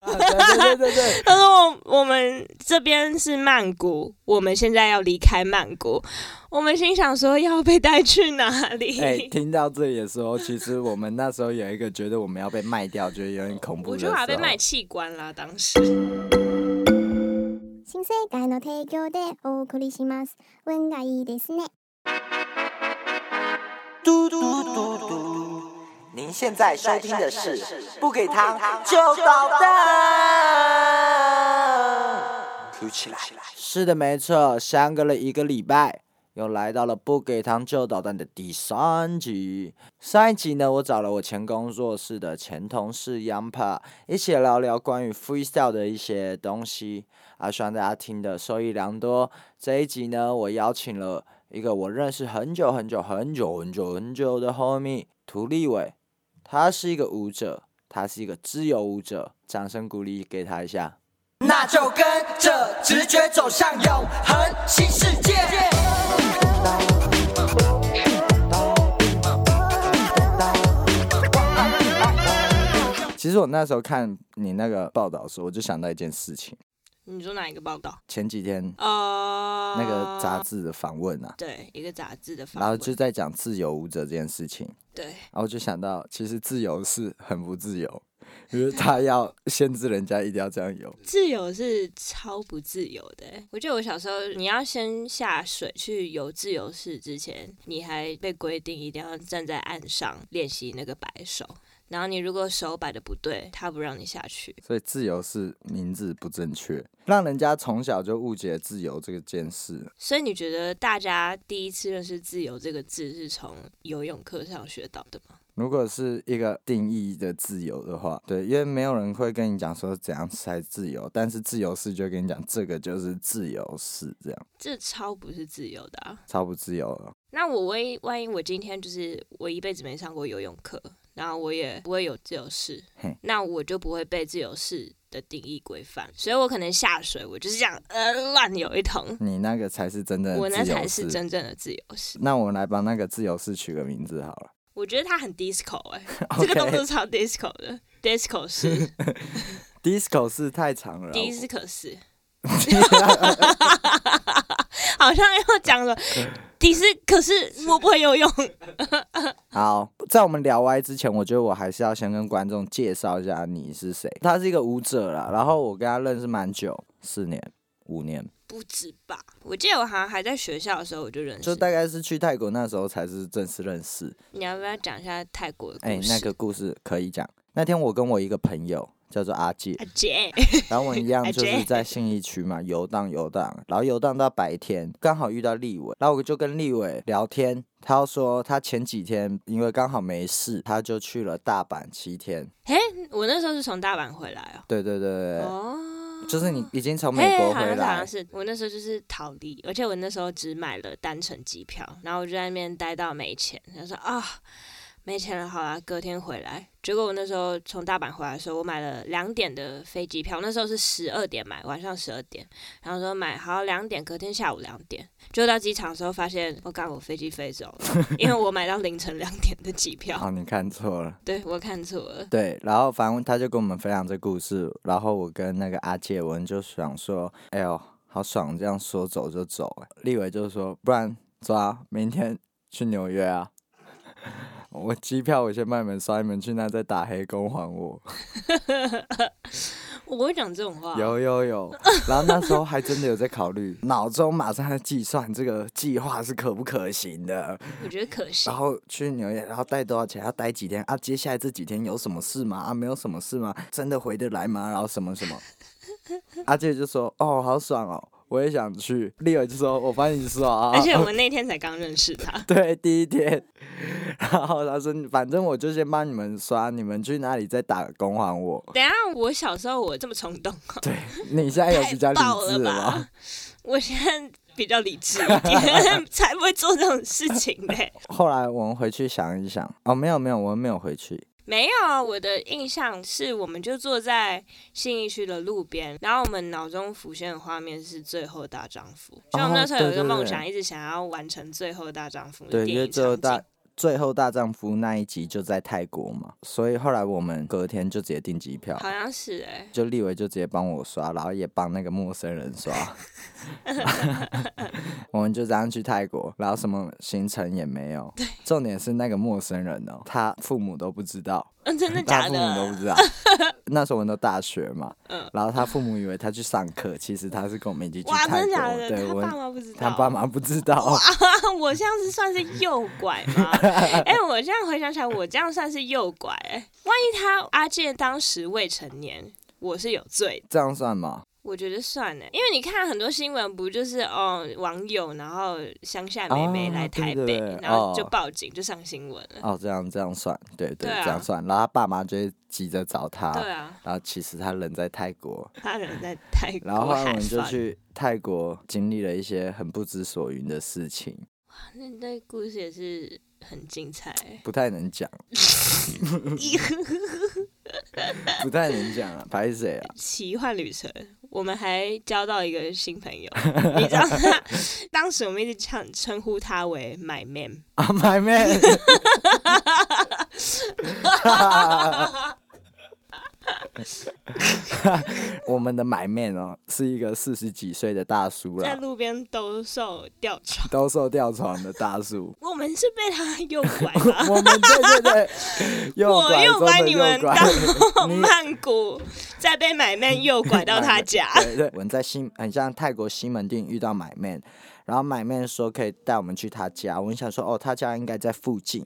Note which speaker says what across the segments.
Speaker 1: 啊对对对，
Speaker 2: 他说我我们这边是曼谷，我们现在要离开曼谷。我们心想说要被带去哪里？
Speaker 1: 哎、听到这里的时候，其实我们那时候有一个觉得我们要被卖掉，觉得有点恐怖
Speaker 2: 我
Speaker 1: 的
Speaker 2: 觉
Speaker 1: 时候。
Speaker 2: 得我要被卖器官啦，当时。
Speaker 3: 新世界の提供でお送りします。運がいいですね。
Speaker 4: 嘟嘟嘟嘟，您现在收听的是《不给糖就捣蛋》，哭起来！
Speaker 1: 是的，没错，相隔了一个礼拜，又来到了不给糖就捣蛋的第三集。上一集呢，我找了我前工作室的前同事 Yampa 一起聊聊关于 freestyle 的一些东西啊，希望大家听的受益良多。这一集呢，我邀请了一个我认识很久很久很久很久很久的 homie 涂立伟，他是一个舞者，他是一个自由舞者，掌声鼓励给他一下。
Speaker 4: 那就跟着直觉走向永恒新世界。
Speaker 1: 其实我那时候看你那个报道的时候，我就想到一件事情。
Speaker 2: 你说哪一个报道？
Speaker 1: 前几天
Speaker 2: 呃，
Speaker 1: 那个杂志的访问啊，
Speaker 2: 对一个杂志的访
Speaker 1: 然后
Speaker 2: 问，
Speaker 1: 就在讲自由舞者这件事情，
Speaker 2: 对
Speaker 1: 然后我就想到，其实自由是很不自由，因为他 要限制人家一定要这样游。
Speaker 2: 自由是超不自由的欸。我记得我小时候，你要先下水去游自由式之前，你还被规定一定要站在岸上练习那个摆手。然后你如果手摆的不对，他不让你下去。
Speaker 1: 所以自由是名字不正确，让人家从小就误解自由这个件事。
Speaker 2: 所以你觉得大家第一次认识“自由”这个字是从游泳课上学到的吗？
Speaker 1: 如果是一个定义的自由的话，对，因为没有人会跟你讲说怎样才自由，但是自由式就会跟你讲这个就是自由式，这样
Speaker 2: 这超不是自由的啊！
Speaker 1: 超不自由了。
Speaker 2: 那我万一万一我今天就是我一辈子没上过游泳课，然后我也不会有自由式
Speaker 1: 嘿，
Speaker 2: 那我就不会被自由式的定义规范，所以我可能下水我就是这样呃乱游一通，
Speaker 1: 你那个才是真正
Speaker 2: 我
Speaker 1: 的
Speaker 2: 那
Speaker 1: 呃自
Speaker 2: 才
Speaker 1: 由
Speaker 2: 是
Speaker 1: 式。
Speaker 2: 真正的自由式。
Speaker 1: 那我们来帮那个自由式取个名字好了。
Speaker 2: 我觉得它很 disco 哎、 这个动作超 disco 的，disco 式
Speaker 1: disco 是太长了，啊
Speaker 2: ，disco 式， 好像要讲了，迪斯可是我不会游泳，
Speaker 1: 好，在我们聊歪之前，我觉得我还是要先跟观众介绍一下你是谁。他是一个舞者啦，然后我跟他认识蛮久，四年、五年，
Speaker 2: 不止吧？我记得我好像还在学校的时候我就认
Speaker 1: 就
Speaker 2: 识。
Speaker 1: 大概是去泰国那时候才是正式认识。
Speaker 2: 你要不要讲一下泰国的故
Speaker 1: 哎、
Speaker 2: 事？
Speaker 1: 那个故事可以讲。那天我跟我一个朋友叫做阿 介，
Speaker 2: 阿姐，
Speaker 1: 然后我们一样
Speaker 2: 阿
Speaker 1: 就
Speaker 2: 杰
Speaker 1: 是在信义区嘛游荡游荡，然后游荡到白天，刚好遇到立伟，然后我就跟立伟聊天，他说他前几天因为刚好没事，他就去了大阪七天，
Speaker 2: 我那时候是从大阪回来
Speaker 1: 对对对对对，
Speaker 2: 哦。哦，
Speaker 1: 就是你已经从
Speaker 2: 嘿
Speaker 1: 美国
Speaker 2: 好像
Speaker 1: 回
Speaker 2: 是好
Speaker 1: 来
Speaker 2: 像，是我那时候就是逃离，而且我那时候只买了单程机票，然后我就在那边待到没钱，他说啊、没钱了，好啦，隔天回来。结果我那时候从大阪回来的时候，我买了两点的飞机票，那时候是十二点买，晚上十二点，然后说买好两点，隔天下午两点。就到机场的时候发现，我、刚我飞机飞走了，因为我买到凌晨两点的机票，
Speaker 1: 哦，你看错了。
Speaker 2: 对我看错了。
Speaker 1: 对，然后反正他就跟我们分享这故事，然后我跟那个阿介文就想说，哎呦，好爽，这样说走就走。立伟就说，不然走啊，明天去纽约啊。 我机票我先帮你们刷，你们去那再打黑工还我。
Speaker 2: 我不会讲这种话，
Speaker 1: 有有 有，然后那时候还真的有在考虑，脑中马上在计算这个计划是可不可行的。
Speaker 2: 我觉得可惜
Speaker 1: 然。后去纽约，然后待多少钱？要待几天啊？接下来这几天有什么事吗？啊，没有什么事吗？真的回得来吗？然后什么 什么？阿杰就说：“哦，好爽哦，我也想去。”立伟就说：“我帮你刷。”，
Speaker 2: 而且我们那天才刚认识他
Speaker 1: 对第一天，然后他说：“反正我就先帮你们刷，你们去哪里再打工还我。
Speaker 2: 等一下我小时候我这么冲动，
Speaker 1: 对”哎你现在有比较
Speaker 2: 太
Speaker 1: 理
Speaker 2: 爆
Speaker 1: 智
Speaker 2: 了
Speaker 1: 了
Speaker 2: 吧
Speaker 1: 吗？？
Speaker 2: 我现在比较理智一点， 才不会做这种事情嘞、
Speaker 1: 后来我们回去想一想，哦，没有没有，我们没有回去。
Speaker 2: 没有啊，我的印象是，我们就坐在信义区的路边，然后我们脑中浮现的画面是《最后大丈夫》，就我们那时候有一
Speaker 1: 哦对对
Speaker 2: 个
Speaker 1: 对
Speaker 2: 梦想，一直想要完成《最后大丈夫》
Speaker 1: 对，
Speaker 2: 的
Speaker 1: 因
Speaker 2: 电
Speaker 1: 为
Speaker 2: 影
Speaker 1: 最后
Speaker 2: 场景
Speaker 1: 大。最后大丈夫》那一集就在泰国嘛，所以后来我们隔天就直接订机票，
Speaker 2: 好像是哎、
Speaker 1: 就立伟就直接帮我刷，然后也帮那个陌生人 刷，我们就这样去泰国，然后什么行程也没有。重点是那个陌生人哦，他父母都不知道，
Speaker 2: 嗯，真的
Speaker 1: 他
Speaker 2: 假
Speaker 1: 父母都不
Speaker 2: 的？ 嗯
Speaker 1: 知道。那时候我们都大学嘛，然后他父母以为他去上课，其实他是跟我们一起去
Speaker 2: 哇，
Speaker 1: 泰
Speaker 2: 真的假
Speaker 1: 国。
Speaker 2: 的？
Speaker 1: 对，
Speaker 2: 他
Speaker 1: 我
Speaker 2: 爸妈不知道，
Speaker 1: 他爸妈不知道。
Speaker 2: 我这样子算是诱拐 吗？哎、我这样回想起来，我这样算是诱拐、哎，万一他阿健当时未成年，我是有罪的。
Speaker 1: 这样算吗？
Speaker 2: 我觉得算呢，因为你看很多新闻，不就是哦网友，然后乡下妹妹
Speaker 1: 哦
Speaker 2: 来台
Speaker 1: 对
Speaker 2: 北，
Speaker 1: 对对
Speaker 2: 然后就
Speaker 1: 哦
Speaker 2: 报警，就上新闻了。
Speaker 1: 哦，这样这样算，对对，
Speaker 2: 对啊
Speaker 1: 这样算。然后他爸妈就会急着找他，
Speaker 2: 对啊，
Speaker 1: 然后其实他人在泰国，
Speaker 2: 他人在泰国，
Speaker 1: 然后后来我们就
Speaker 2: 还算
Speaker 1: 去泰国，经历了一些很不知所云的事情，
Speaker 2: 那那故事也是很精彩欸。
Speaker 1: 不太能 讲，不太能讲啊，拍谁啊？
Speaker 2: 奇幻旅程，我们还交到一个新朋友，你知道他，当时我们一直称称呼他为 My Man，
Speaker 1: 啊，My Man，我们的 My Man 哦，是一个四十几岁的大叔
Speaker 2: 在
Speaker 1: 了，
Speaker 2: 路边兜售吊床，
Speaker 1: 兜售吊床的大叔。
Speaker 2: 我们是被他诱拐吧？
Speaker 1: 我们对对对， 右
Speaker 2: 我
Speaker 1: 拐
Speaker 2: 又
Speaker 1: 中
Speaker 2: 把
Speaker 1: 的
Speaker 2: 你
Speaker 1: 右
Speaker 2: 们
Speaker 1: 拐，
Speaker 2: 到
Speaker 1: 你
Speaker 2: 曼谷，再被 My Man 诱拐到他家。
Speaker 1: 对对，我们在西很像泰国西门町遇到买面，然后买面说可以带我们去他家，我们想说哦，他家应该在附近。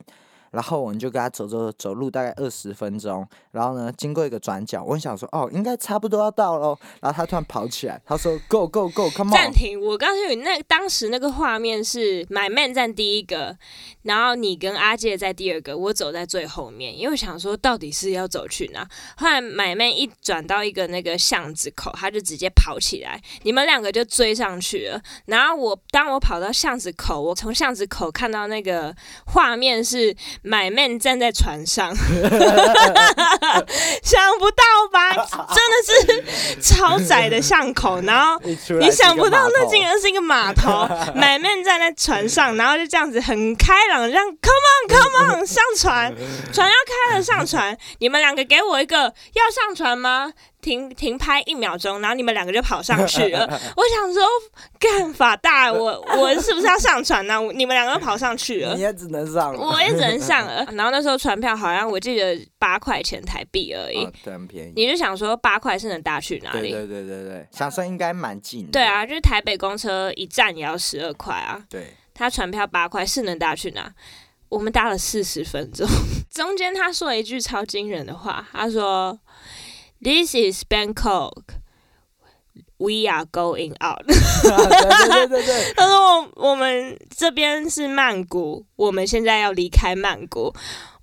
Speaker 1: 然后我们就跟他走走走，走路大概二十分钟。然后呢，经过一个转角，我们想说，哦，应该差不多要到喽。然后他突然跑起来，他说，Go Go Go，Come
Speaker 2: 暂
Speaker 1: on！
Speaker 2: 停！我告诉你，那当时那个画面是 My Man 站第一个，然后你跟阿介在第二个，我走在最后面，因为我想说到底是要走去哪。后来 My Man 一转到一个那个巷子口，他就直接跑起来，你们两个就追上去了。然后我当我跑到巷子口，我从巷子口看到那个画面是 My Man 站在船上， 想不到吧？真的是超窄的巷口，然后。
Speaker 1: 一出来
Speaker 2: 你
Speaker 1: 是一
Speaker 2: 想
Speaker 1: 个
Speaker 2: 不到
Speaker 1: 马
Speaker 2: 那
Speaker 1: 桶
Speaker 2: 竟然是一个 码头，买面站在船上，然后就这样子很开朗，这样 come on come on 上船，船要开了上船，你们两个给我一个要上船吗？停停拍一秒钟，然后你们两个就跑上 去了。我想说，干法大，我我是不是要上船呢、你们两个都跑上去 了
Speaker 1: 你。也只能上了，
Speaker 2: 我也只能上了，然后那时候船票好像我记得八块钱台币而已，
Speaker 1: 哦对，很便宜。
Speaker 2: 你就想说八块是能搭去哪里？
Speaker 1: 对对对对对，想说应该蛮近的。
Speaker 2: 对，啊，就是台北公车一站也要十二块啊，
Speaker 1: 对，
Speaker 2: 他船票八块，是能搭去哪？我们搭了四十分钟， 中间他说了一句超惊人的话，他说：“This is Bangkok, we are going out 。
Speaker 1: 对对对对对”
Speaker 2: 他说我：“我们这边是曼谷，我们现在要离开曼谷。”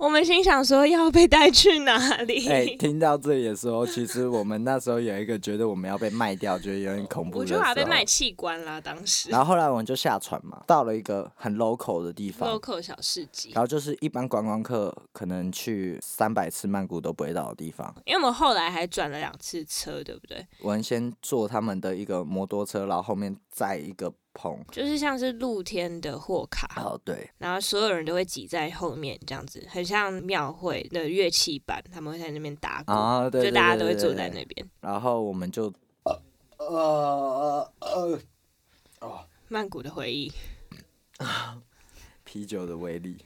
Speaker 2: 我们心想说：“要被带去哪里？”
Speaker 1: 哎、听到这里的时候，其实我们那时候有一个觉得我们要被卖掉，觉得有点恐怖
Speaker 2: 我
Speaker 1: 的
Speaker 2: 就
Speaker 1: 时候
Speaker 2: 好像被卖器官啦，当时
Speaker 1: 然后后来我们就下船嘛，到了一个很 local 的地方，
Speaker 2: local 小市集。
Speaker 1: 然后就是一般观光客可能去三百次曼谷都不会到的地方。
Speaker 2: 因为我们后来还转了两次车，对不对？
Speaker 1: 我们先坐他们的一个摩托车，然后后面载一个棚。
Speaker 2: 就是像是露天的货卡，
Speaker 1: 哦，对，
Speaker 2: 然后所有人都会挤在后面，这样子很像庙会的乐器版，他们会在那边打鼓，
Speaker 1: 啊，对，
Speaker 2: 就大家都会坐
Speaker 1: 对
Speaker 2: 在。
Speaker 1: 对对
Speaker 2: 那边。
Speaker 1: 然后我们就
Speaker 2: 曼谷的回忆，
Speaker 1: 啤酒的威力。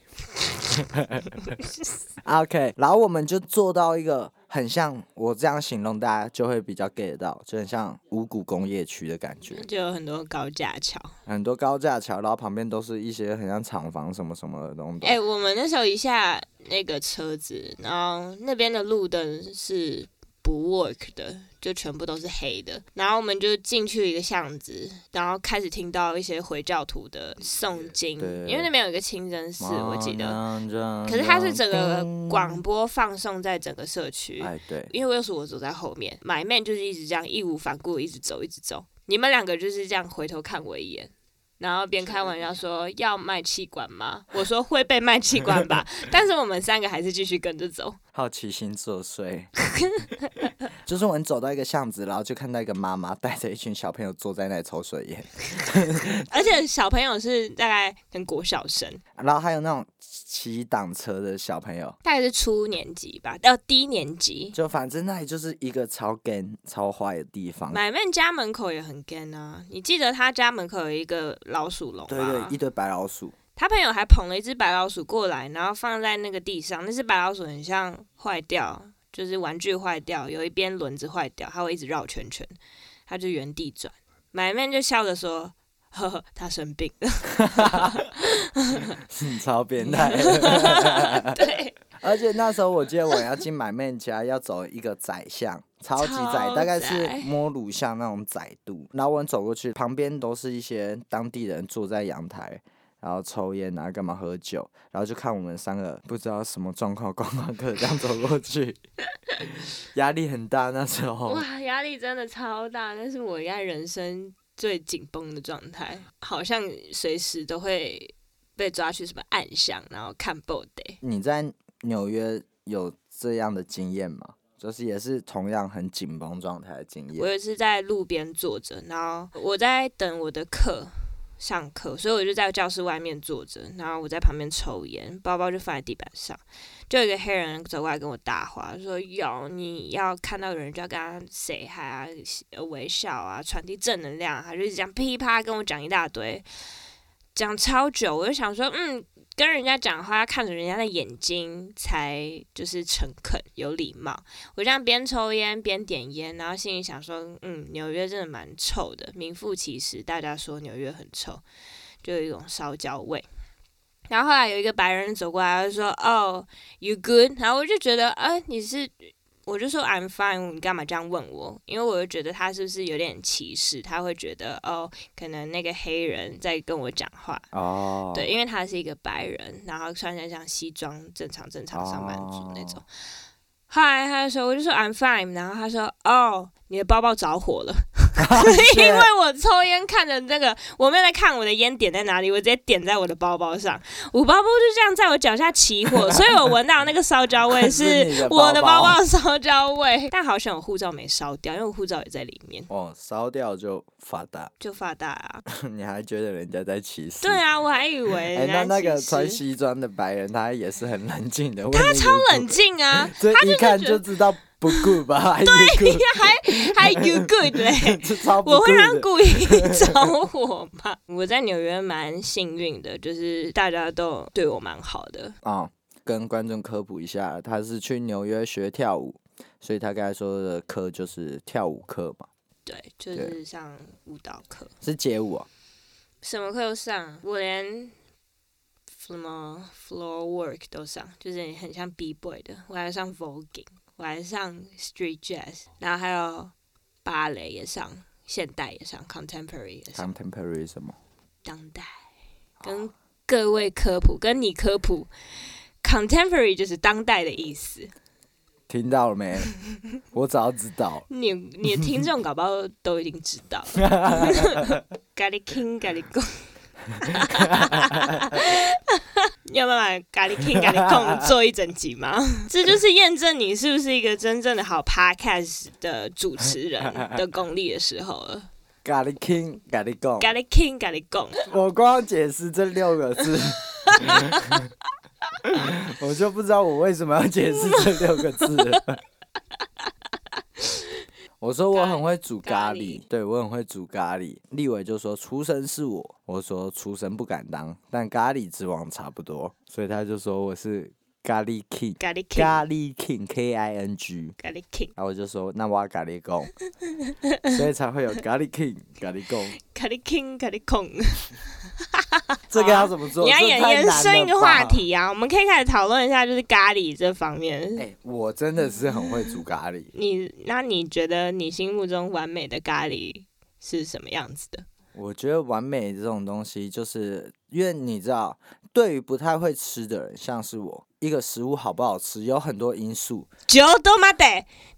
Speaker 1: OK，然后我们就做到一个很像我这样形容，大家就会比较 get 到，就很像五谷工业区的感觉，
Speaker 2: 就有很多高架桥。
Speaker 1: 很多高架桥，然后旁边都是一些很像厂房什么什么的东西。
Speaker 2: 哎、我们那时候一下那个车子，然后那边的路灯是不 work 的，就全部都是黑的。然后我们就进去一个巷子，然后开始听到一些回教徒的诵经
Speaker 1: 对，哦
Speaker 2: 因为那边有一个清真寺，我记得。
Speaker 1: 得
Speaker 2: 可是它是整个广。播放送在整个社区，
Speaker 1: 啊哎，对，
Speaker 2: 因为我又是我走在后面，买面就是一直这样义无反顾，一直走，一直走。你们两个就是这样回头看我一眼，然后边开玩笑说 要卖气管吗？我说会被卖气管吧，但是我们三个还是继续跟着走。
Speaker 1: 好奇心作 祟。就是我们走到一个巷子，然后就看到一个妈妈带着一群小朋友坐在那里抽水烟，
Speaker 2: 而且小朋友是大概跟国小生，
Speaker 1: 然后还有那种骑挡车的小朋友，
Speaker 2: 大概是初年级吧，到低年级。
Speaker 1: 就反正那里就是一个超干超坏的地方。
Speaker 2: 买妹家门口也很 gay 啊！你记得他家门口有一个老鼠笼
Speaker 1: 对
Speaker 2: 吗
Speaker 1: 对，一？堆白老鼠，
Speaker 2: 他朋友还捧了一只白老鼠过来，然后放在那个地上。那只白老鼠很像坏掉，就是玩具坏掉，有一边轮子坏掉，它会一直绕圈圈，它就原地转。买妹就笑着说：“呵呵，它生病了。
Speaker 1: 嗯超变 态。”
Speaker 2: 对，
Speaker 1: 而且那时候我记得我要进买妹家，要走一个窄巷，超级窄，
Speaker 2: 超
Speaker 1: 大概是
Speaker 2: 窄
Speaker 1: 摸乳巷那种窄度。然后我走过去，旁边都是一些当地人坐在阳台。然后抽烟，然后干嘛喝酒，然后就看我们三个不知道什么状况，观光客这样走过去， 压力很大。那时候
Speaker 2: 哇，压力真的超大，那是我应该人生最紧绷的状态，好像随时都会被抓去什么暗巷，然后看 b o d
Speaker 1: 你在纽约有这样的经验吗？就是也是同样很紧绷状态的经
Speaker 2: 我
Speaker 1: 验。
Speaker 2: 也是在路边坐着，然后我在等我的课上课，所以我就在教室外面坐着，然后我在旁边抽烟，包包就放在地板上，就有一个黑人走过来跟我搭话，说有你要看到有人就要跟他 say hi 啊，微笑啊，传递正能量啊，他就一直讲噼啪跟我讲一大堆，讲超久，我就想说，嗯，跟人家讲话要看着人家的眼睛才就是诚恳有礼貌。我这样边抽烟边点烟，然后心里想说，嗯，纽约真的蛮臭的，名副其实，大家说纽约很臭，就有一种烧焦味。然后后来有一个白人走过来，他就说：“哦、y o u good？” 然后我就觉得，啊，你是，我就说 I'm fine，你干嘛这样问我？因为我就觉得他是不是有点歧视？他会觉得，哦，可能那个黑人在跟我讲话，
Speaker 1: 哦，
Speaker 2: 对，因为他是一个白人，然后穿着像西装，正常正常上班族那
Speaker 1: 哦
Speaker 2: 种。后来他就说，我就说 I'm fine，然后他说，哦，你的包包着火 了，因为我抽烟看着那个，我没有在看我的烟点在哪里，我直接点在我的包包上，我包包就这样在我脚下起火，所以我闻到那个烧焦 味
Speaker 1: 是
Speaker 2: 是
Speaker 1: 你的包
Speaker 2: 我的包
Speaker 1: 包
Speaker 2: 包烧焦味，但好像我护照没烧掉，因为我护照也在里面，
Speaker 1: 哦，烧掉就发达，
Speaker 2: 就发大啊，
Speaker 1: 你还觉得人家在歧视？
Speaker 2: 对啊，我还以为
Speaker 1: 哎、
Speaker 2: 人家
Speaker 1: 那那个
Speaker 2: 歧视
Speaker 1: 穿西装的白人，他也是很冷静的。他超
Speaker 2: 冷，静啊。
Speaker 1: 这一看就知道不顾吧？还不顾，
Speaker 2: 还 you good 嘞、
Speaker 1: 这超不
Speaker 2: 我
Speaker 1: 顾
Speaker 2: 会让
Speaker 1: 的。
Speaker 2: 故意 找我吗？ 我在纽约蛮幸运的，就是大家都对我蛮好的。
Speaker 1: 啊、跟观众科普一下，他是去纽约学跳舞，所以他刚才说的课就是跳舞课嘛，
Speaker 2: 对，就是上舞蹈课，
Speaker 1: 是街舞啊。
Speaker 2: 什么课都上，我连什么 floor work 都上，就是很像 B boy 的。我还上 voguing，我还上 street jazz，然后还有芭蕾也上，现代也上，contemporary 也上，
Speaker 1: Contemporary 是什么？
Speaker 2: 当代。跟各位科普，跟你科普，contemporary 就是当代的意思。
Speaker 1: 听到了 没？我早知道了。
Speaker 2: 你你的听众搞不好都已经知道了。 咖喱 king 咖喱公，你有办法咖喱 king 咖喱公做一整 集吗？这就是验证你是不是一个真正的好 podcast 的主持人 的功力的时候了。
Speaker 1: 咖喱 king，咖喱 g
Speaker 2: 咖喱 king 咖喱公，
Speaker 1: 我光解释这六个 字，我就不知道我为什么要解释这六个字 了。我说我很会煮咖
Speaker 2: 咖
Speaker 1: 喱
Speaker 2: 喱，
Speaker 1: 对我很会煮咖喱。立伟就说厨神是我，我说厨神不敢当，但咖喱之王差不多，所以他就说我是咖喱 king，
Speaker 2: 咖喱 king
Speaker 1: 咖喱 king K I N G。
Speaker 2: 咖喱 king
Speaker 1: 然后我就说那我要咖喱公，所以才会有咖喱 king 咖喱公。
Speaker 2: 咖喱 king 咖喱公。
Speaker 1: 这个要怎么做？
Speaker 2: 你要
Speaker 1: 这
Speaker 2: 延
Speaker 1: 太
Speaker 2: 延
Speaker 1: 难
Speaker 2: 伸一
Speaker 1: 了
Speaker 2: 个话
Speaker 1: 吧
Speaker 2: 题啊，我们可以开始讨论一下，就是咖喱这方面。。
Speaker 1: 哎、我真的是很会煮咖喱
Speaker 2: 你那你觉得你心目中完美的咖喱是什么样子的？
Speaker 1: 我觉得完美这种东西，就是因为你知道，对于不太会吃的人，像是我，一个食物好不好吃有很多因素。
Speaker 2: 九多妈得，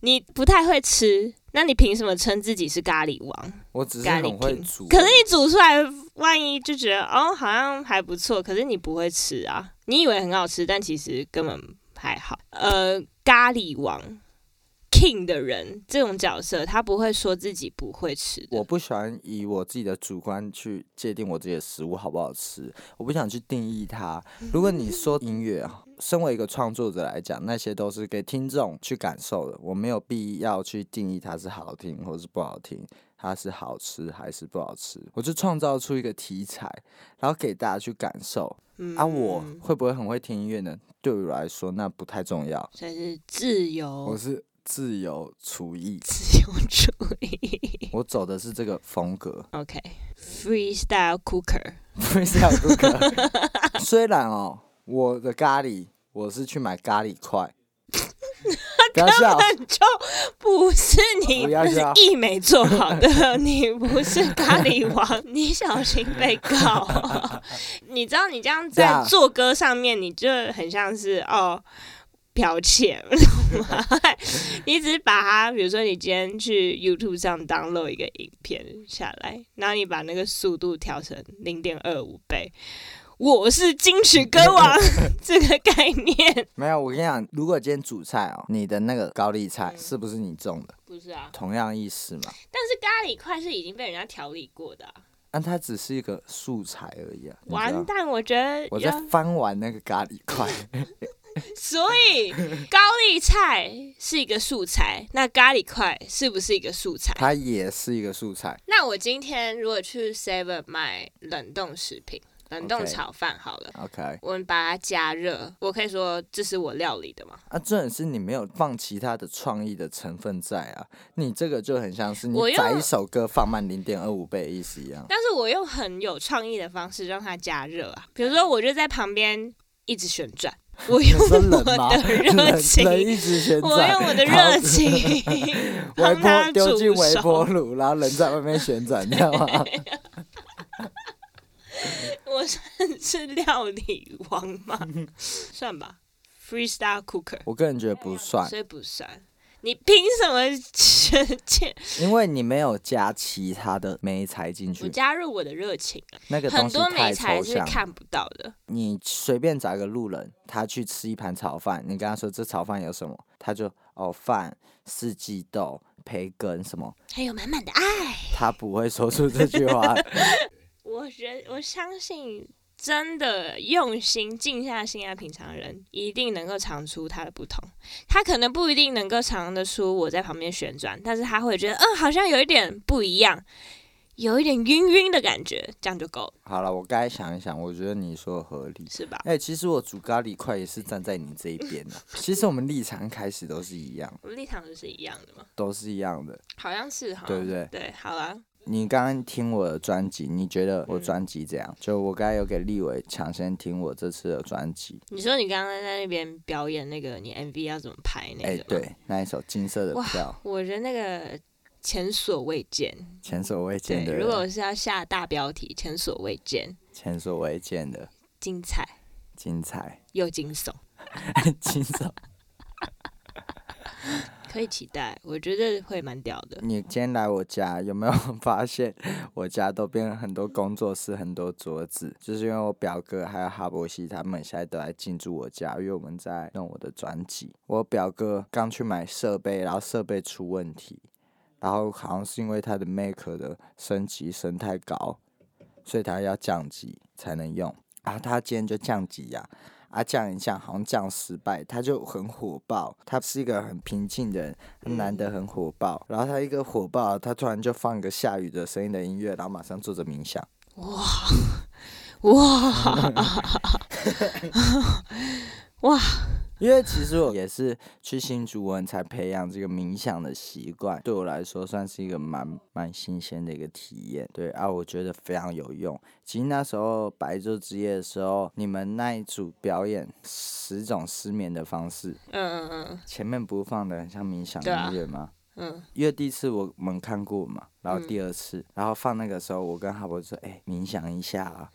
Speaker 2: 你不太会吃，那你凭什么称自己是咖喱王、
Speaker 1: 我只是
Speaker 2: 咖喱
Speaker 1: 很会
Speaker 2: king？
Speaker 1: 煮。
Speaker 2: 可是你煮出来，万一就觉得哦好像还不错，可是你不会吃啊，你以为很好吃，但其实根本还好。呃，咖喱王 King 的人这种角色，他不会说自己不会吃的
Speaker 1: 我。不喜欢以我自己的主观去界定我自己的食物好不好吃，我不想去定义它。如果你说音乐啊，身为一个创作者来讲，那些都是给听众去感受的，我没有必要去定义它是好听或是不好听，它是好吃还是不好吃。我就创造出一个题材，然后给大家去感受。
Speaker 2: 嗯
Speaker 1: 啊，我会不会很会听音乐呢？对我来说，那不太重要。
Speaker 2: 所以是自
Speaker 1: 我
Speaker 2: 由，
Speaker 1: 是自由厨艺
Speaker 2: 自由主义。
Speaker 1: 我走的是这个风格。
Speaker 2: OK，freestyle、cooker，
Speaker 1: 不是小哥 哥。虽然哦，我的咖喱我是去买咖喱 块，不要笑，
Speaker 2: 但 就不是你，
Speaker 1: 不要
Speaker 2: 那是
Speaker 1: 笑
Speaker 2: 意美做好的， 你不是咖喱王，你小心被告。 你知道，你这样
Speaker 1: 这
Speaker 2: 在
Speaker 1: 样
Speaker 2: 做歌上面，你就很像是哦。剽窃， 你只是把它，比如说你今天去 YouTube 上 download 一个影片下来，然后你把那个速度调成零点二五倍，我是金曲歌王 这个概念，
Speaker 1: 没有。我跟你讲，如果今天煮菜哦，你的那个高丽菜是不是你种的？
Speaker 2: 不是啊？
Speaker 1: 同样意思嘛。
Speaker 2: 但是咖喱块是已经被人家调理过的啊、
Speaker 1: 但它只是一个素材而已嗯啊。你知道
Speaker 2: 完蛋，我觉得
Speaker 1: 我在
Speaker 2: 要，
Speaker 1: 翻完那个咖喱块，
Speaker 2: 所以高丽菜是一个素材，那咖喱块是不是一个素材？
Speaker 1: 它也是一个素材。
Speaker 2: 那我今天如果去 Seven 买冷冻食品，冷冻
Speaker 1: OK
Speaker 2: 炒饭好了。
Speaker 1: OK，
Speaker 2: 我们把它加热，我可以说这是我料理的嘛？
Speaker 1: 啊，重点是你没有放其他的创意的成分在啊，你这个就很像是你
Speaker 2: 我用
Speaker 1: 载一首歌放慢零点二五倍的意思一样。
Speaker 2: 但是我用很有创意的方式让它加热啊，比如说我就在旁边一直旋转，我用
Speaker 1: 你说
Speaker 2: 我
Speaker 1: 冷吗？
Speaker 2: 的 热
Speaker 1: 冷
Speaker 2: 情，
Speaker 1: 冷一直旋转，
Speaker 2: 我用我的
Speaker 1: 然后
Speaker 2: 热情
Speaker 1: 微
Speaker 2: 帮它
Speaker 1: 波丢进
Speaker 2: 煮
Speaker 1: 微波
Speaker 2: 熟。
Speaker 1: 炉，然后人在外面旋转，你知道 吗？
Speaker 2: 我算是料理王 吗？算吧，freestyle cooker，
Speaker 1: 我个人觉得不算，
Speaker 2: 所以不算。你凭什么 觉得
Speaker 1: 因为你没有加其他的美材进
Speaker 2: 我
Speaker 1: 去，
Speaker 2: 加入我的热情啊？
Speaker 1: 那个东
Speaker 2: 很
Speaker 1: 西
Speaker 2: 多
Speaker 1: 太
Speaker 2: 美
Speaker 1: 抽
Speaker 2: 材是
Speaker 1: 象。
Speaker 2: 看不到的。
Speaker 1: 你随便找一个路人，他去吃一盘炒饭，你跟他说这炒饭有什么，他就哦饭、四季豆、培根什么，
Speaker 2: 还有满满的爱。
Speaker 1: 他不会说出这句 话。
Speaker 2: 我觉我相信，真的用心、静下心来品尝的人，一定能够尝出它的不同。他可能不一定能够尝得出我在旁边旋转，但是他会觉得，嗯，好像有一点不一样，有一点晕晕的感觉，这样就够了，
Speaker 1: 好了，我该想一想，我觉得你说的合理。
Speaker 2: 是吧？
Speaker 1: 哎、其实我煮咖喱块也是站在你这一边的。其实我们立场开始都是一样，
Speaker 2: 我们立场都是一样的嘛，
Speaker 1: 都是一样的。
Speaker 2: 好像是哈，
Speaker 1: 对不对
Speaker 2: 对，好啊，
Speaker 1: 你刚刚听我的专辑，你觉得
Speaker 2: 嗯
Speaker 1: 我专辑怎样？就我刚才有给立伟抢先听我这次的专辑。
Speaker 2: 你说你刚刚在那边表演那个，你 MV 要怎么拍那个？
Speaker 1: 哎、，对，那一首金色的
Speaker 2: 哇
Speaker 1: 票，
Speaker 2: 我觉得那个前所未见。
Speaker 1: 前所未见
Speaker 2: 对，
Speaker 1: 的
Speaker 2: 如
Speaker 1: 人，
Speaker 2: 果是要下大标题，前所未见，
Speaker 1: 前所未见的
Speaker 2: 精彩
Speaker 1: 精彩，
Speaker 2: 又惊悚，
Speaker 1: 惊悚。
Speaker 2: 可以期待，我觉得会蛮屌 的。
Speaker 1: 你今天来我家，有没 有发现我家都变了很多工作室、很多桌子？就是因为我表哥还有哈伯西他们现在都来进驻我家，因为我们在弄我的专辑。我表哥刚去买设备，然后设备出问题，然后好像是因为他的 Mac 的升级升太高，所以他要降级才能用。啊，他今天就降级呀、啊降一降，好像降失败，他就很火爆。他是一个很平静的人，他难
Speaker 2: 嗯
Speaker 1: 得很火爆。然后他一个火爆，他突然就放个下雨的声音的音乐，然后马上做着冥想。
Speaker 2: 哇哇，
Speaker 1: 因为其实我也是去新竹文才培养这个冥想的习惯，对我来说算是一个蛮蛮新鲜的一个体验。对啊，我觉得非常有用。其实那时候白昼之夜的时候，你们那一组表演十种失眠的方式，
Speaker 2: 嗯嗯嗯
Speaker 1: 前面不是放的很像冥想
Speaker 2: 对啊
Speaker 1: 音乐吗？
Speaker 2: 嗯，
Speaker 1: 因为第一次我们看过嘛，然后第二次，然后放那个时候，我跟哈伯说：“哎、冥想一下 啊。”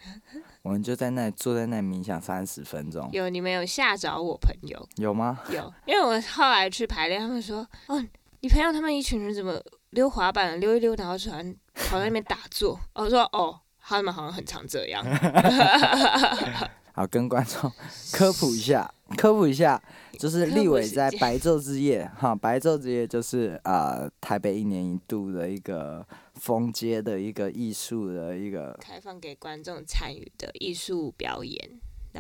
Speaker 1: 我们就在那里坐在那里冥想三十分钟，
Speaker 2: 有你们有吓着我朋友
Speaker 1: 有吗？
Speaker 2: 有，因为我后来去排练，他们说，哦，你朋友他们一群人怎么溜滑板溜一溜，然后突然跑到那边打坐，我说哦。他们好像很常这样，
Speaker 1: 好，跟观众科普一 下，科普一下，就是
Speaker 2: 科
Speaker 1: 立
Speaker 2: 普
Speaker 1: 委
Speaker 2: 时
Speaker 1: 在
Speaker 2: 间
Speaker 1: 白昼之夜，哈，白昼之夜就是呃台北一年一度的一个风街的一个艺术的一个
Speaker 2: 开放给观众参与的艺术表演，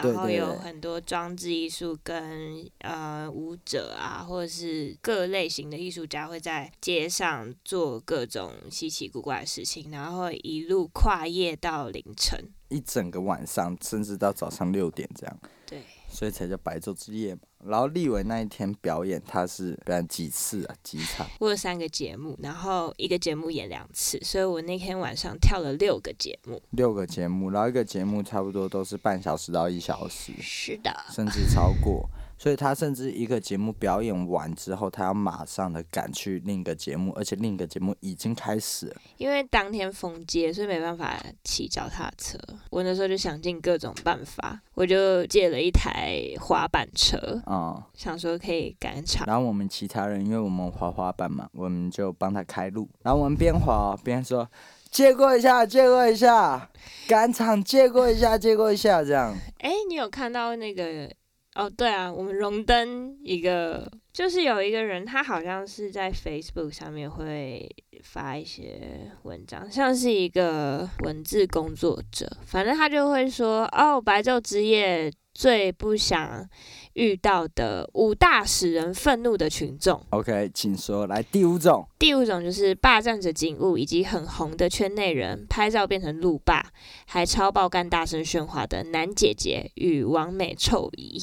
Speaker 1: 对
Speaker 2: 然后
Speaker 1: 对
Speaker 2: 有
Speaker 1: 对
Speaker 2: 很多装置艺术跟呃舞者啊，或者是各类型的艺术家会在街上做各种稀奇古怪的事情，然后一路跨夜到凌晨。
Speaker 1: 一整个晚上，甚至到早上六点这样，
Speaker 2: 对，
Speaker 1: 所以才叫白昼之夜嘛。然后立委那一天表演，他是表演几次啊？几场？
Speaker 2: 我有三个节目，然后一个节目演两次，所以我那天晚上跳了六个节目。
Speaker 1: 六个节目，然后一个节目差不多都是半小时到一小时，
Speaker 2: 是的，
Speaker 1: 甚至超过。所以他甚至一个节目表演完之后，他要马上的赶去另一个节目，而且另一个节目已经开始了。
Speaker 2: 因为当天封街，所以没办法骑脚踏车。我那时候就想尽各种办法，我就借了一台滑板车，
Speaker 1: 啊、
Speaker 2: 想说可以赶场。
Speaker 1: 然后我们其他人，因为我们滑滑板嘛，我们就帮他开路。然后我们边滑哦边说：“借过一下，借过一下，赶场借过一下，借过一下。”这样
Speaker 2: 哎，你有看到那个？哦，对啊，我们荣登一个，就是有一个人，他好像是在 Facebook 上面会发一些文章，像是一个文字工作者，反正他就会说，哦，白昼之夜最不想遇到的五大使人愤怒的群众。
Speaker 1: ，OK，请说。来第五种，
Speaker 2: 第五种就是霸占着景物以及很红的圈内人，拍照变成路霸，还超爆肝大声喧哗的男姐姐与王美臭姨。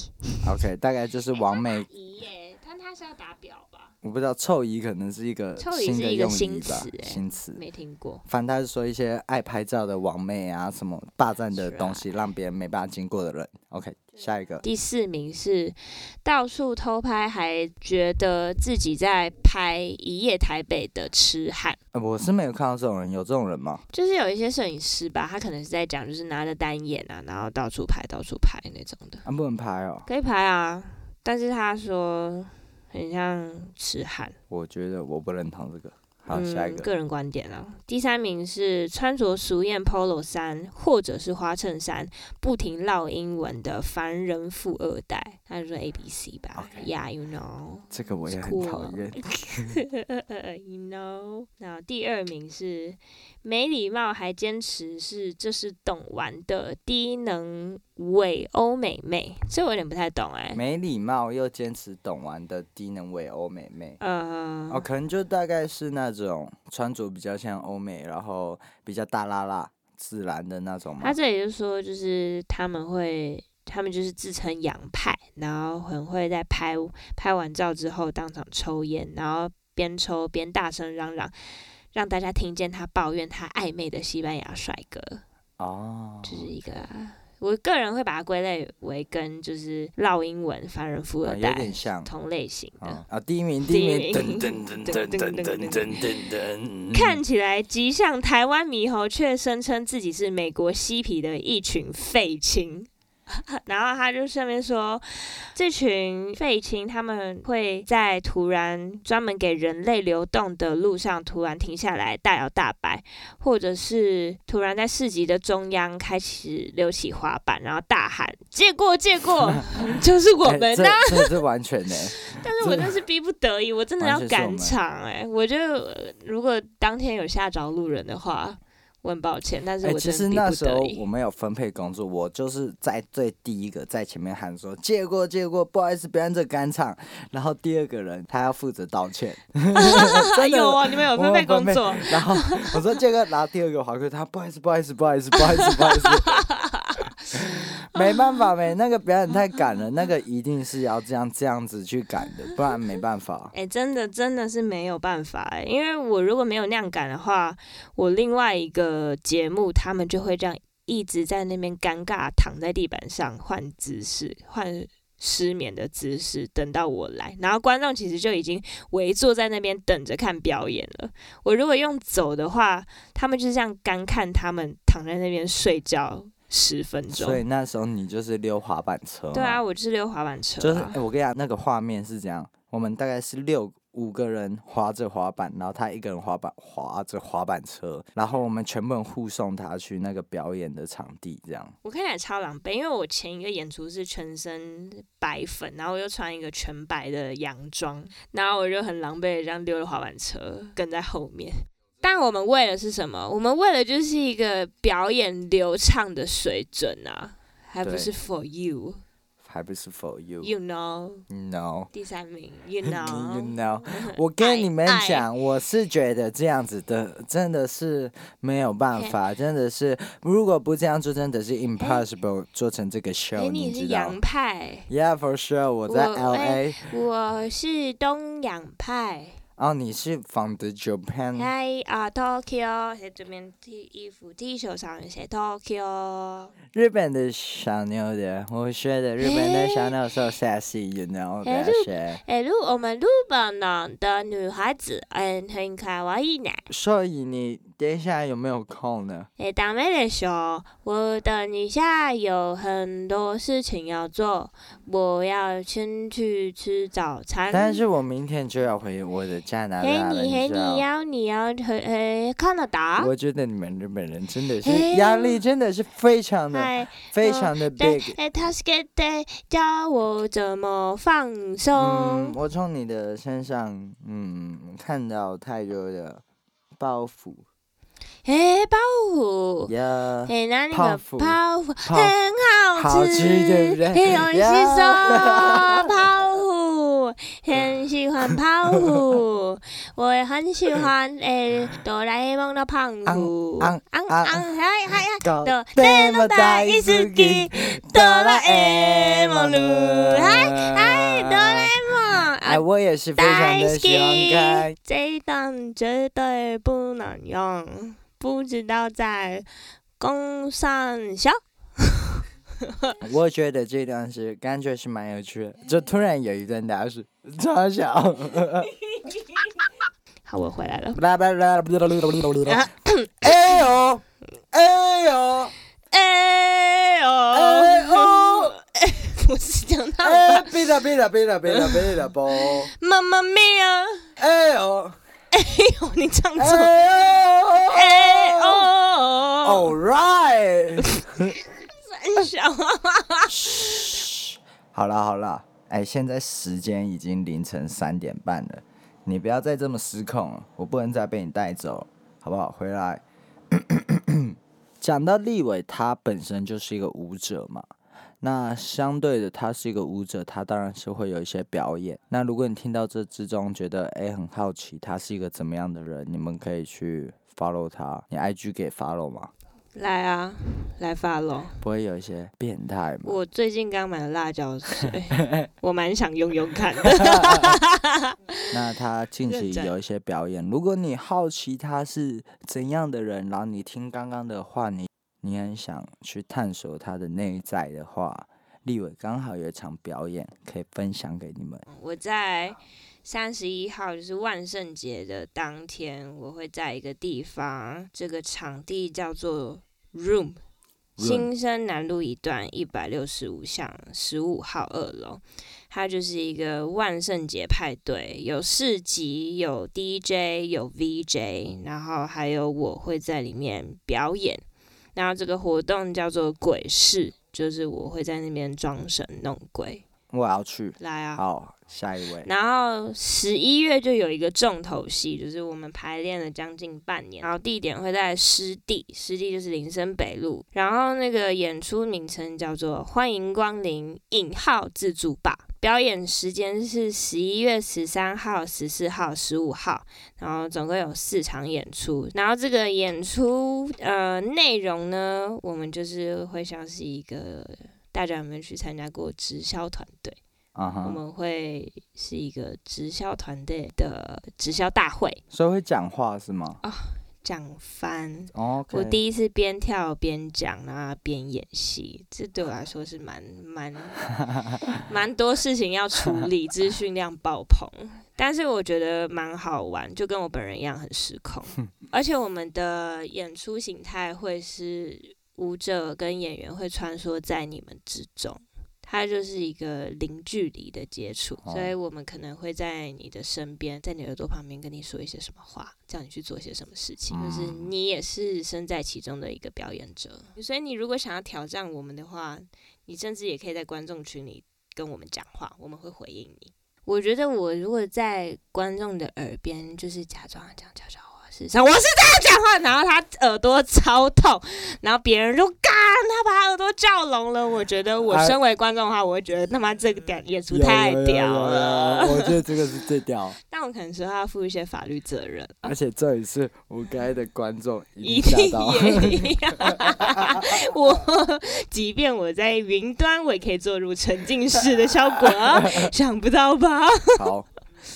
Speaker 1: OK，大概就是王美，
Speaker 2: 姨耶，但她是要打表吧？
Speaker 1: 我不知道臭姨可能是一个
Speaker 2: 臭姨
Speaker 1: 新
Speaker 2: 是
Speaker 1: 的
Speaker 2: 一个
Speaker 1: 用
Speaker 2: 新
Speaker 1: 语吧
Speaker 2: 词，欸
Speaker 1: 新词。
Speaker 2: 没听过。
Speaker 1: 反正他是说一些爱拍照的网妹啊，什么霸占的东
Speaker 2: 啊
Speaker 1: 西，让别人没办法经过的人。OK，下一个
Speaker 2: 第四名是到处偷拍，还觉得自己在拍《一夜台北》的痴汉。
Speaker 1: 呃我是没有看到这种人，有这种人吗？
Speaker 2: 就是有一些摄影师吧，他可能是在讲，就是拿着单眼啊，然后到处拍、到处拍那种的。
Speaker 1: 啊，不能拍哦。
Speaker 2: 可以拍啊，但是他说很像痴汉。
Speaker 1: 我觉得我不认同这个。好，下一
Speaker 2: 嗯，
Speaker 1: 个。
Speaker 2: 个人观点啊。第三名是穿着俗艳 polo 衫或者是花衬衫，不停唠英文的凡人富二代，他就说 A B C 吧
Speaker 1: OK
Speaker 2: ，Yeah，you know。
Speaker 1: 这个我也很
Speaker 2: Cool
Speaker 1: 讨厌，
Speaker 2: you know，那第二名是没礼貌，还坚持是这是懂玩的低能伪欧美妹，这我有点不太懂哎、
Speaker 1: 没礼貌又坚持懂玩的低能伪欧美妹。
Speaker 2: 呃，
Speaker 1: 哦，可能就大概是那种穿着比较像欧美，然后比较大拉拉、自然的那种嘛
Speaker 2: 他。这里就说，就是他们会，他们就是自称洋派，然后很会在拍拍完照之后当场抽烟，然后边抽边大声嚷嚷，让大家听见他抱怨他暧昧的西班牙帅哥，
Speaker 1: 哦，
Speaker 2: 就是一个。我个人会把它归类为跟就是烙英文凡人富
Speaker 1: 啊
Speaker 2: 二
Speaker 1: 有
Speaker 2: 代
Speaker 1: 点像。
Speaker 2: 同类型的，
Speaker 1: 啊啊，第一名，
Speaker 2: 第
Speaker 1: 第
Speaker 2: 一
Speaker 1: 一
Speaker 2: 名
Speaker 1: 名，噔噔噔噔噔噔噔噔噔。嗯
Speaker 2: 看起来极像台湾猕猴，却声称自己是美国嬉皮的一群废青。 然后他就上面说，这群废青他们会在突然专门给人类流动的路上突然停下来大摇大摆，或者是突然在市集的中央开始溜起滑板，然后大喊“借过借过”，就是我
Speaker 1: 哎
Speaker 2: 们
Speaker 1: 这
Speaker 2: 的。
Speaker 1: 这是完全 的、
Speaker 2: 但是我真是逼不得已，我真的要
Speaker 1: 完全是我
Speaker 2: 赶
Speaker 1: 们
Speaker 2: 场哎、我就呃如果当天有吓着路人的话，我很抱歉，但是
Speaker 1: 哎、
Speaker 2: 我
Speaker 1: 其
Speaker 2: 真
Speaker 1: 实
Speaker 2: 的逼
Speaker 1: 那
Speaker 2: 不
Speaker 1: 时候
Speaker 2: 得
Speaker 1: 我
Speaker 2: 已。
Speaker 1: 们有分配工作，我就是在最第一个在前面喊说借过借过，不好意思，表演者赶场。然后第二个人他要负责道歉，真的
Speaker 2: 有哦，你们有
Speaker 1: 我
Speaker 2: 分配
Speaker 1: 们
Speaker 2: 工作，
Speaker 1: 然后 我说借过，然后第二个华哥他不好意思，不好意思，不好意思，不好意思，不好意思。没办法没，那个表演太赶了， 那个一定是要这样这样子去赶的，不然没办法。
Speaker 2: 哎、真的真的是没有办法哎、因为我如果没有那样赶的话，我另外一个节目他们就会这样一直在那边尴尬躺在地板上换姿势，换失眠的姿势，等到我来，然后观众其实就已经围坐在那边等着看表演了。我如果用走的话，他们就是这样干看他们躺在那边睡觉十分
Speaker 1: 所以
Speaker 2: 钟。
Speaker 1: 那时候你就是溜滑板车，
Speaker 2: 对啊，，我就是溜滑板车、啊，
Speaker 1: 就是、哎我跟你讲，那个画面是这样，我们大概是六五个人划着滑板，然后他一个人滑板划着滑板车，然后我们全部人护送他去那个表演的场地，这样。
Speaker 2: 我看起来超狼狈，因为我前一个演出是全身白粉，然后我又穿一个全白的洋装，然后我就很狼狈地这样溜了滑板车，跟在后面。但我们为了是什么？我们为了就是一个表演流畅的水准啊，还不
Speaker 1: 对
Speaker 2: 是 for you，you
Speaker 1: 还不是 for you，you
Speaker 2: know，
Speaker 1: know。
Speaker 2: 第三 名，you
Speaker 1: You
Speaker 2: know，
Speaker 1: know，我跟你们
Speaker 2: 爱
Speaker 1: 讲，我是觉得这样子的真的是没有办法，真的是如果不这样做，真的是 impossible 做成这个
Speaker 2: 哎，
Speaker 1: show，
Speaker 2: 你
Speaker 1: 你
Speaker 2: 是
Speaker 1: 知道
Speaker 2: 洋派，
Speaker 1: ？Yeah, for sure，我在
Speaker 2: 我
Speaker 1: L
Speaker 2: 哎
Speaker 1: A。
Speaker 2: 我是东洋派。
Speaker 1: 哦，你是 from the Japan，
Speaker 2: 嗨啊，Tokyo，写这边 T 衣服 T 恤上写 Tokyo。
Speaker 1: 日本的小妞的，我觉得日本的小妞 so sexy，you know that
Speaker 2: 日
Speaker 1: shit。
Speaker 2: 哎，日我们日本人的女孩子，嗯，很可爱呢。
Speaker 1: 所以你等一下有没有空呢？
Speaker 2: 哎，ダメでしょ。我等一下有很多事情要做，我要先去吃早餐。
Speaker 1: 但是我明天就要回我的加拿
Speaker 2: 嘿，
Speaker 1: 大了，
Speaker 2: 你嘿，
Speaker 1: 知道
Speaker 2: 你
Speaker 1: 吗？
Speaker 2: 要你要回呃加拿大？
Speaker 1: 我觉得你们日本人真的
Speaker 2: 哎
Speaker 1: 是压力真的是非常的、
Speaker 2: 嗨，
Speaker 1: 非常的
Speaker 2: 对
Speaker 1: big。，
Speaker 2: 哎，他是给得教我怎么放
Speaker 1: 嗯
Speaker 2: 松，。
Speaker 1: 我从你的身上，嗯，看到太多的包袱
Speaker 2: 哎，包虎。
Speaker 1: 呀。
Speaker 2: 哎，那那
Speaker 1: 泡
Speaker 2: 个
Speaker 1: 芙
Speaker 2: 泡芙
Speaker 1: 泡
Speaker 2: 很好
Speaker 1: 好吃对不对
Speaker 2: 很容易吸收
Speaker 1: 呀
Speaker 2: 泡芙，很喜欢泡芙， 我也很喜欢诶，哆啦 A 梦的胖虎，
Speaker 1: 昂
Speaker 2: 昂
Speaker 1: 昂
Speaker 2: 昂，嗨嗨嗨，
Speaker 1: 搞
Speaker 2: 的
Speaker 1: 这
Speaker 2: 么
Speaker 1: 么
Speaker 2: 大
Speaker 1: 大
Speaker 2: 一
Speaker 1: 一
Speaker 2: 只
Speaker 1: 只鸡，
Speaker 2: 鸡哆啦 A 梦噜，嗨嗨，哆啦 A 梦，
Speaker 1: 哎，
Speaker 2: 啊，
Speaker 1: 我也是非
Speaker 2: 大
Speaker 1: 常
Speaker 2: 好
Speaker 1: 的喜欢看
Speaker 2: き，这一段绝对不能用，不知道在公上小。
Speaker 1: 我觉得这段是感觉是蛮有趣的，就突然有一段打是超小。
Speaker 2: 好，我回来了。
Speaker 1: 啦啦啦啦啦啦啦！ 哎呦，哎呦，
Speaker 2: 哎呦，
Speaker 1: 哎呦，
Speaker 2: 我是讲到
Speaker 1: 哎，别了别了别了别了别了不！
Speaker 2: 妈妈咪呀，
Speaker 1: 哎呦，
Speaker 2: 哎呦，你 唱错，
Speaker 1: 哎呦，
Speaker 2: 哎哦，
Speaker 1: ，All right，
Speaker 2: 三小，
Speaker 1: 好了好了，哎，现在时间已经凌晨三点半了，你不要再这么失控了，我不能再被你带走了，好不好？回来。 讲到立伟，他本身就是一个舞者嘛，那相对的，他是一个舞者，他当然是会有一些表演。那如果你听到这之中觉得诶很好奇他是一个怎么样的人，你们可以去 follow 他，你 IG 给 follow 吗？
Speaker 2: 来啊，来发喽！
Speaker 1: 不会有一些变态吗？
Speaker 2: 我最近刚买了辣 椒水，我蛮想用用看的。
Speaker 1: 那他近期
Speaker 2: 认真
Speaker 1: 有一些表演，如果你好奇他是怎样的人，然后你听刚刚的话，你你很想去探索他的内在的话，立伟刚好有一场表演可以分享给你们。
Speaker 2: 我在三十一号，就是万圣节的当天，我会在一个地方，这个场地叫做
Speaker 1: Room
Speaker 2: Room。新生南路一段一百六十五巷十五号二楼，它就是一个万圣节派对，有市集，有 DJ，有 VJ，然后还有我会在里面表演。然后这个活动叫做鬼市，就是我会在那边装神弄鬼。
Speaker 1: 我要去，
Speaker 2: 来啊，
Speaker 1: 好，下一位。
Speaker 2: 然后十一月就有一个重头戏，就是我们排练了将近半年，然后地点会在湿地，湿地就是林森北路，然后那个演出名称叫做“欢迎光临”引号自助吧。表演时间是十一月十三号、十四号、十五号，然后总共有四场演出。然后这个演出呃内容呢，我们就是会像是一个大家有没有去参加过直销团队？
Speaker 1: 啊
Speaker 2: 我
Speaker 1: 哈，
Speaker 2: 们会是一个直销团队的直销大会，
Speaker 1: 所以会讲话是吗哦
Speaker 2: 讲翻。
Speaker 1: ？OK，
Speaker 2: 我第一次边跳边讲啊，边演戏，这对我来说是蛮 蛮蛮多事情要处理，资讯量爆棚。但是我觉得蛮好玩，就跟我本人一样很失控。而且我们的演出形态会是舞者跟演员会穿梭在你们之中，它就是一个零距离的接触，
Speaker 1: 哦
Speaker 2: 所以我们可能会在你的身边，在你耳朵旁边跟你说一些什么话，叫你去做些什么事情，就是
Speaker 1: 嗯
Speaker 2: 你也是身在其中的一个表演者。所以你如果想要挑战我们的话，你甚至也可以在观众群里跟我们讲话，我们会回应你。我觉得我如果在观众的耳边，就是假装这样悄悄话，事实上我是这样讲话，然后他耳朵超痛，然后别人就干，他把他耳朵叫聋了。我觉得我
Speaker 1: 哎
Speaker 2: 身为观众的话，我会觉得他妈这个点演出
Speaker 1: 有
Speaker 2: 太
Speaker 1: 嗯有有
Speaker 2: 屌
Speaker 1: 有有
Speaker 2: 了。
Speaker 1: 我觉得这个是最屌，
Speaker 2: 但我可能说他要负一些法律责任，
Speaker 1: 而且这也是我该的观众
Speaker 2: 一
Speaker 1: 一定
Speaker 2: 定
Speaker 1: 吓到。
Speaker 2: 也一样。我即便我在云端，我也可以做入沉浸式的效果，想不到吧？
Speaker 1: 好，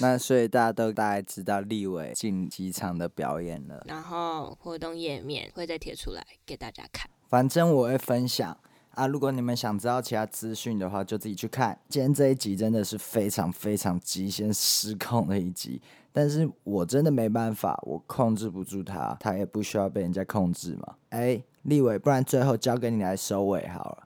Speaker 1: 那所以大家都大概知道立伟进几场的表演了。
Speaker 2: 然后活动页面会再贴出来给大家看。
Speaker 1: 反正我会分享啊。如果你们想知道其他资讯的话，就自己去看。今天这一集真的是非常非常极限失控的一集，但是我真的没办法，我控制不住它，它也不需要被人家控制嘛。哎、立伟，不然最后交给你来收尾好了，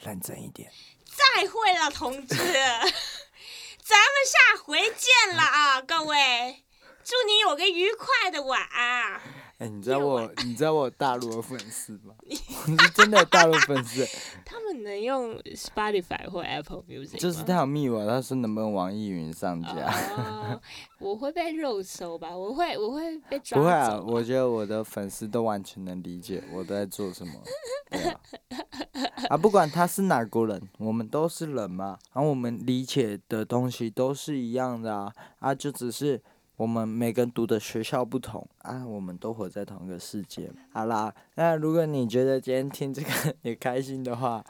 Speaker 1: 认真一点。
Speaker 2: 再会了，同志，咱 们下回见了啊，各位。祝你有个愉快的晚安。
Speaker 1: 哎、你知道我，你知道我大陆的粉丝吗？我是真的有大陆粉丝，
Speaker 2: 他们能用 Spotify 或 Apple Music 吗
Speaker 1: 就是他有密我，他说能不能网易云上架？
Speaker 2: 哦，我会被肉搜吧？我会，我会被抓
Speaker 1: 不会
Speaker 2: 走吧。
Speaker 1: 啊，我觉得我的粉丝都完全能理解我都在做什么。对啊，啊，不管他是哪国人，我们都是人嘛，然、后我们理解的东西都是一样的啊，啊，就只是我们每个人读的学校不同啊，我们都活在同一个世界。好啦，那如果你觉得今天听这个 也开心的话。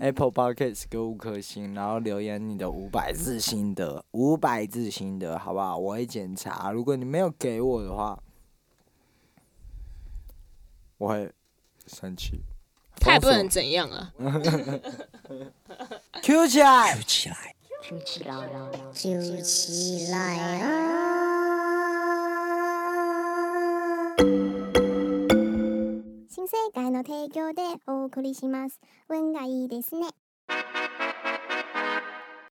Speaker 1: Apple Podcast 给我五颗星，然后留言你的五百字心得，五百字心得，好不好？我会检查，如果你没有给我的话，我会生气。
Speaker 2: 他也不
Speaker 1: 封锁
Speaker 2: 能怎样啊。
Speaker 1: Q 起来。
Speaker 3: 就起来啊！新世界の提供でお送りします。運がいいですね。